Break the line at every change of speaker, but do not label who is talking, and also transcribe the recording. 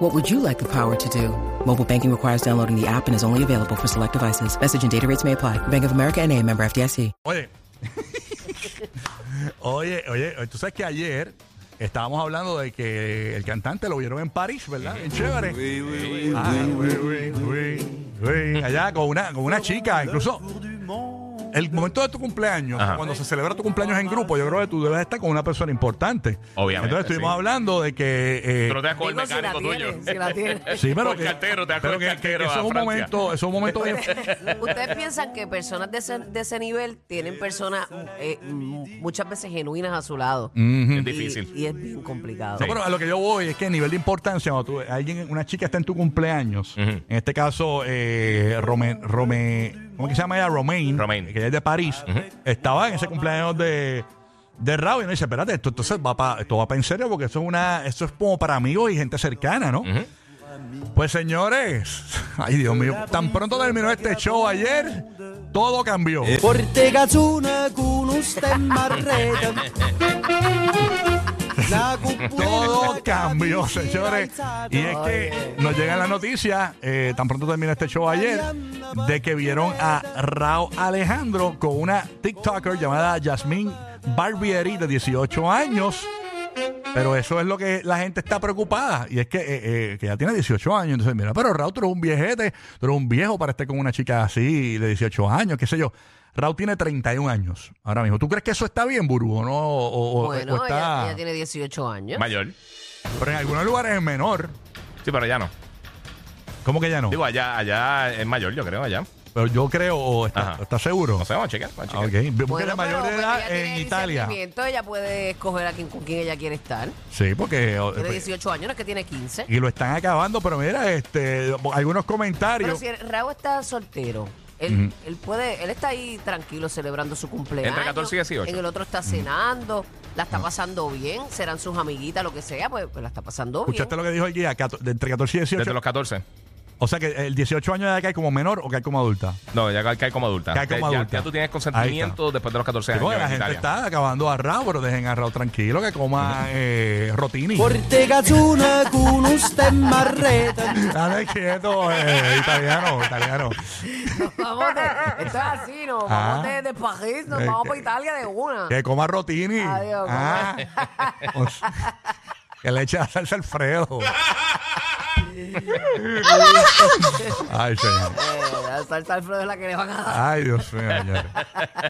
What would you like the power to do? Mobile banking requires downloading the app and is only available for select devices. Message and data rates may apply. Bank of America and a member FDIC.
Oye. oye, oye, tú sabes que ayer estábamos hablando de que el cantante lo vieron en París, ¿verdad? En chévere. Ah, oui, oui, oui, oui. Allá con una, con una chica, incluso. El momento de tu cumpleaños,
Ajá.
cuando se celebra tu cumpleaños en grupo, yo creo que tú debes estar con una persona importante.
Obviamente,
Entonces estuvimos
sí.
hablando de que. eh,
Pero te das con el
Digo, si la
mecánico tuyo.
tiene, si la tiene.
sí, pero.
con
que-
cartero, te das
pero
con
que- que- que
cartero
eso
a
es un
Francia.
momento, eso es un momento bien.
¿Ustedes piensan que personas de ese, de ese nivel tienen personas eh, mm, muchas veces genuinas a su lado?
Es
Y-
difícil.
Y, es bien complicado.
No, pero a lo que yo voy es que a nivel de importancia, cuando tú- alguien, una chica está en tu cumpleaños, en este caso, eh, Rome, Rome- ¿cómo que se llama ella? Romaine,
Romaine.
que ella es de París, estaba en ese cumpleaños de, de Raúl y uno dice, espérate, esto, entonces va pa- esto va para en serio porque eso es, una, esto es como para amigos y gente cercana, ¿no? Pues señores, ay Dios mío, tan pronto terminó este show ayer, todo cambió.
Portegazzuna con usted marreta. La
Todo cambió, señores. Y es que nos llegan las noticias, eh, tan pronto termina este show ayer, de que vieron a Rao Alejandro con una TikToker llamada Jasmine Barbieri de 18 años. Pero eso es lo que la gente está preocupada. Y es que, eh, eh, que ya tiene 18 años. Entonces, mira, pero Raúl, tú eres un viejete, tú eres un viejo para estar con una chica así de 18 años, qué sé yo. Raúl tiene 31 años ahora mismo. ¿Tú crees que eso está bien, Burbu, o no? O- o- o-
bueno,
o está...
ella, ella tiene 18 años.
Mayor.
Pero en algunos lugares es menor.
Sí, pero allá no.
Oh. ¿Cómo que ya no?
Digo, allá, allá es mayor, yo creo, allá.
Pero yo creo, o está,
Ajá.
¿estás seguro?
No sé, vamos a checar. Vamos a
Ah,
checar.
ok. Porque
Bueno,
la mayor
pero
de edad
ella tiene
en
el
Italia. Eh,
discernimiento, Ella puede escoger a quien, con quien ella quiere estar.
Sí, porque. o- eh,
Tiene 18 años, no es que tiene 15.
Y lo están acabando, pero mira, este, algunos
Pero
comentarios.
si el Raúl está soltero, él, él puede, él está ahí tranquilo celebrando su cumpleaños.
Entre 14 y 18.
En el otro está cenando, la está pasando bien, serán sus amiguitas, lo que sea, pues, pues la está pasando
¿Escuchaste
bien.
lo que dijo el guía? Cato- de Entre 14 y 18.
Desde los 14.
O sea que el 18 años de edad cae como menor o cae como adulta.
No, ya cae como adulta.
Cae como
ya,
adulta.
ya tú tienes
Ahí
consentimiento después de los 14
Sí,
años.
porque la
en
gente
Italia.
está acabando a Raúl, pero dejen a Raúl tranquilo que coma eh, rotini.
Portegazzuna con usted marreta.
Dale quieto, eh, italiano, italiano.
Vamos de- esto es así, ¿no?
Ah.
Vamos de, de París, nos
Eh,
vamos
que-
para Italia de una.
Que coma rotini.
Adiós,
Ah. O sea, que le eche la salsa Alfredo. Ay, señor.
Eh, la salsa Alfredo es la que le van a dar.
Ay, Dios mío, señor.